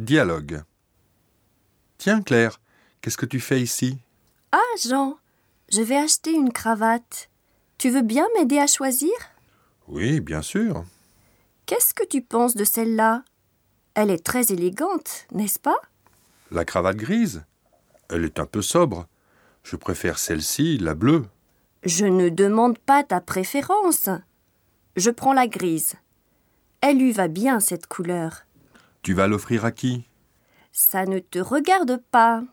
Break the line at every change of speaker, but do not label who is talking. Dialogue. Tiens, Claire, qu'est-ce que tu fais ici
Ah, Jean, je vais acheter une cravate. Tu veux bien m'aider à choisir
Oui, bien sûr.
Qu'est-ce que tu penses de celle-là Elle est très élégante, n'est-ce pas
La cravate grise Elle est un peu sobre. Je préfère celle-ci, la bleue.
Je ne demande pas ta préférence. Je prends la grise. Elle lui va bien, cette couleur.
Tu vas l'offrir à qui
Ça ne te regarde pas.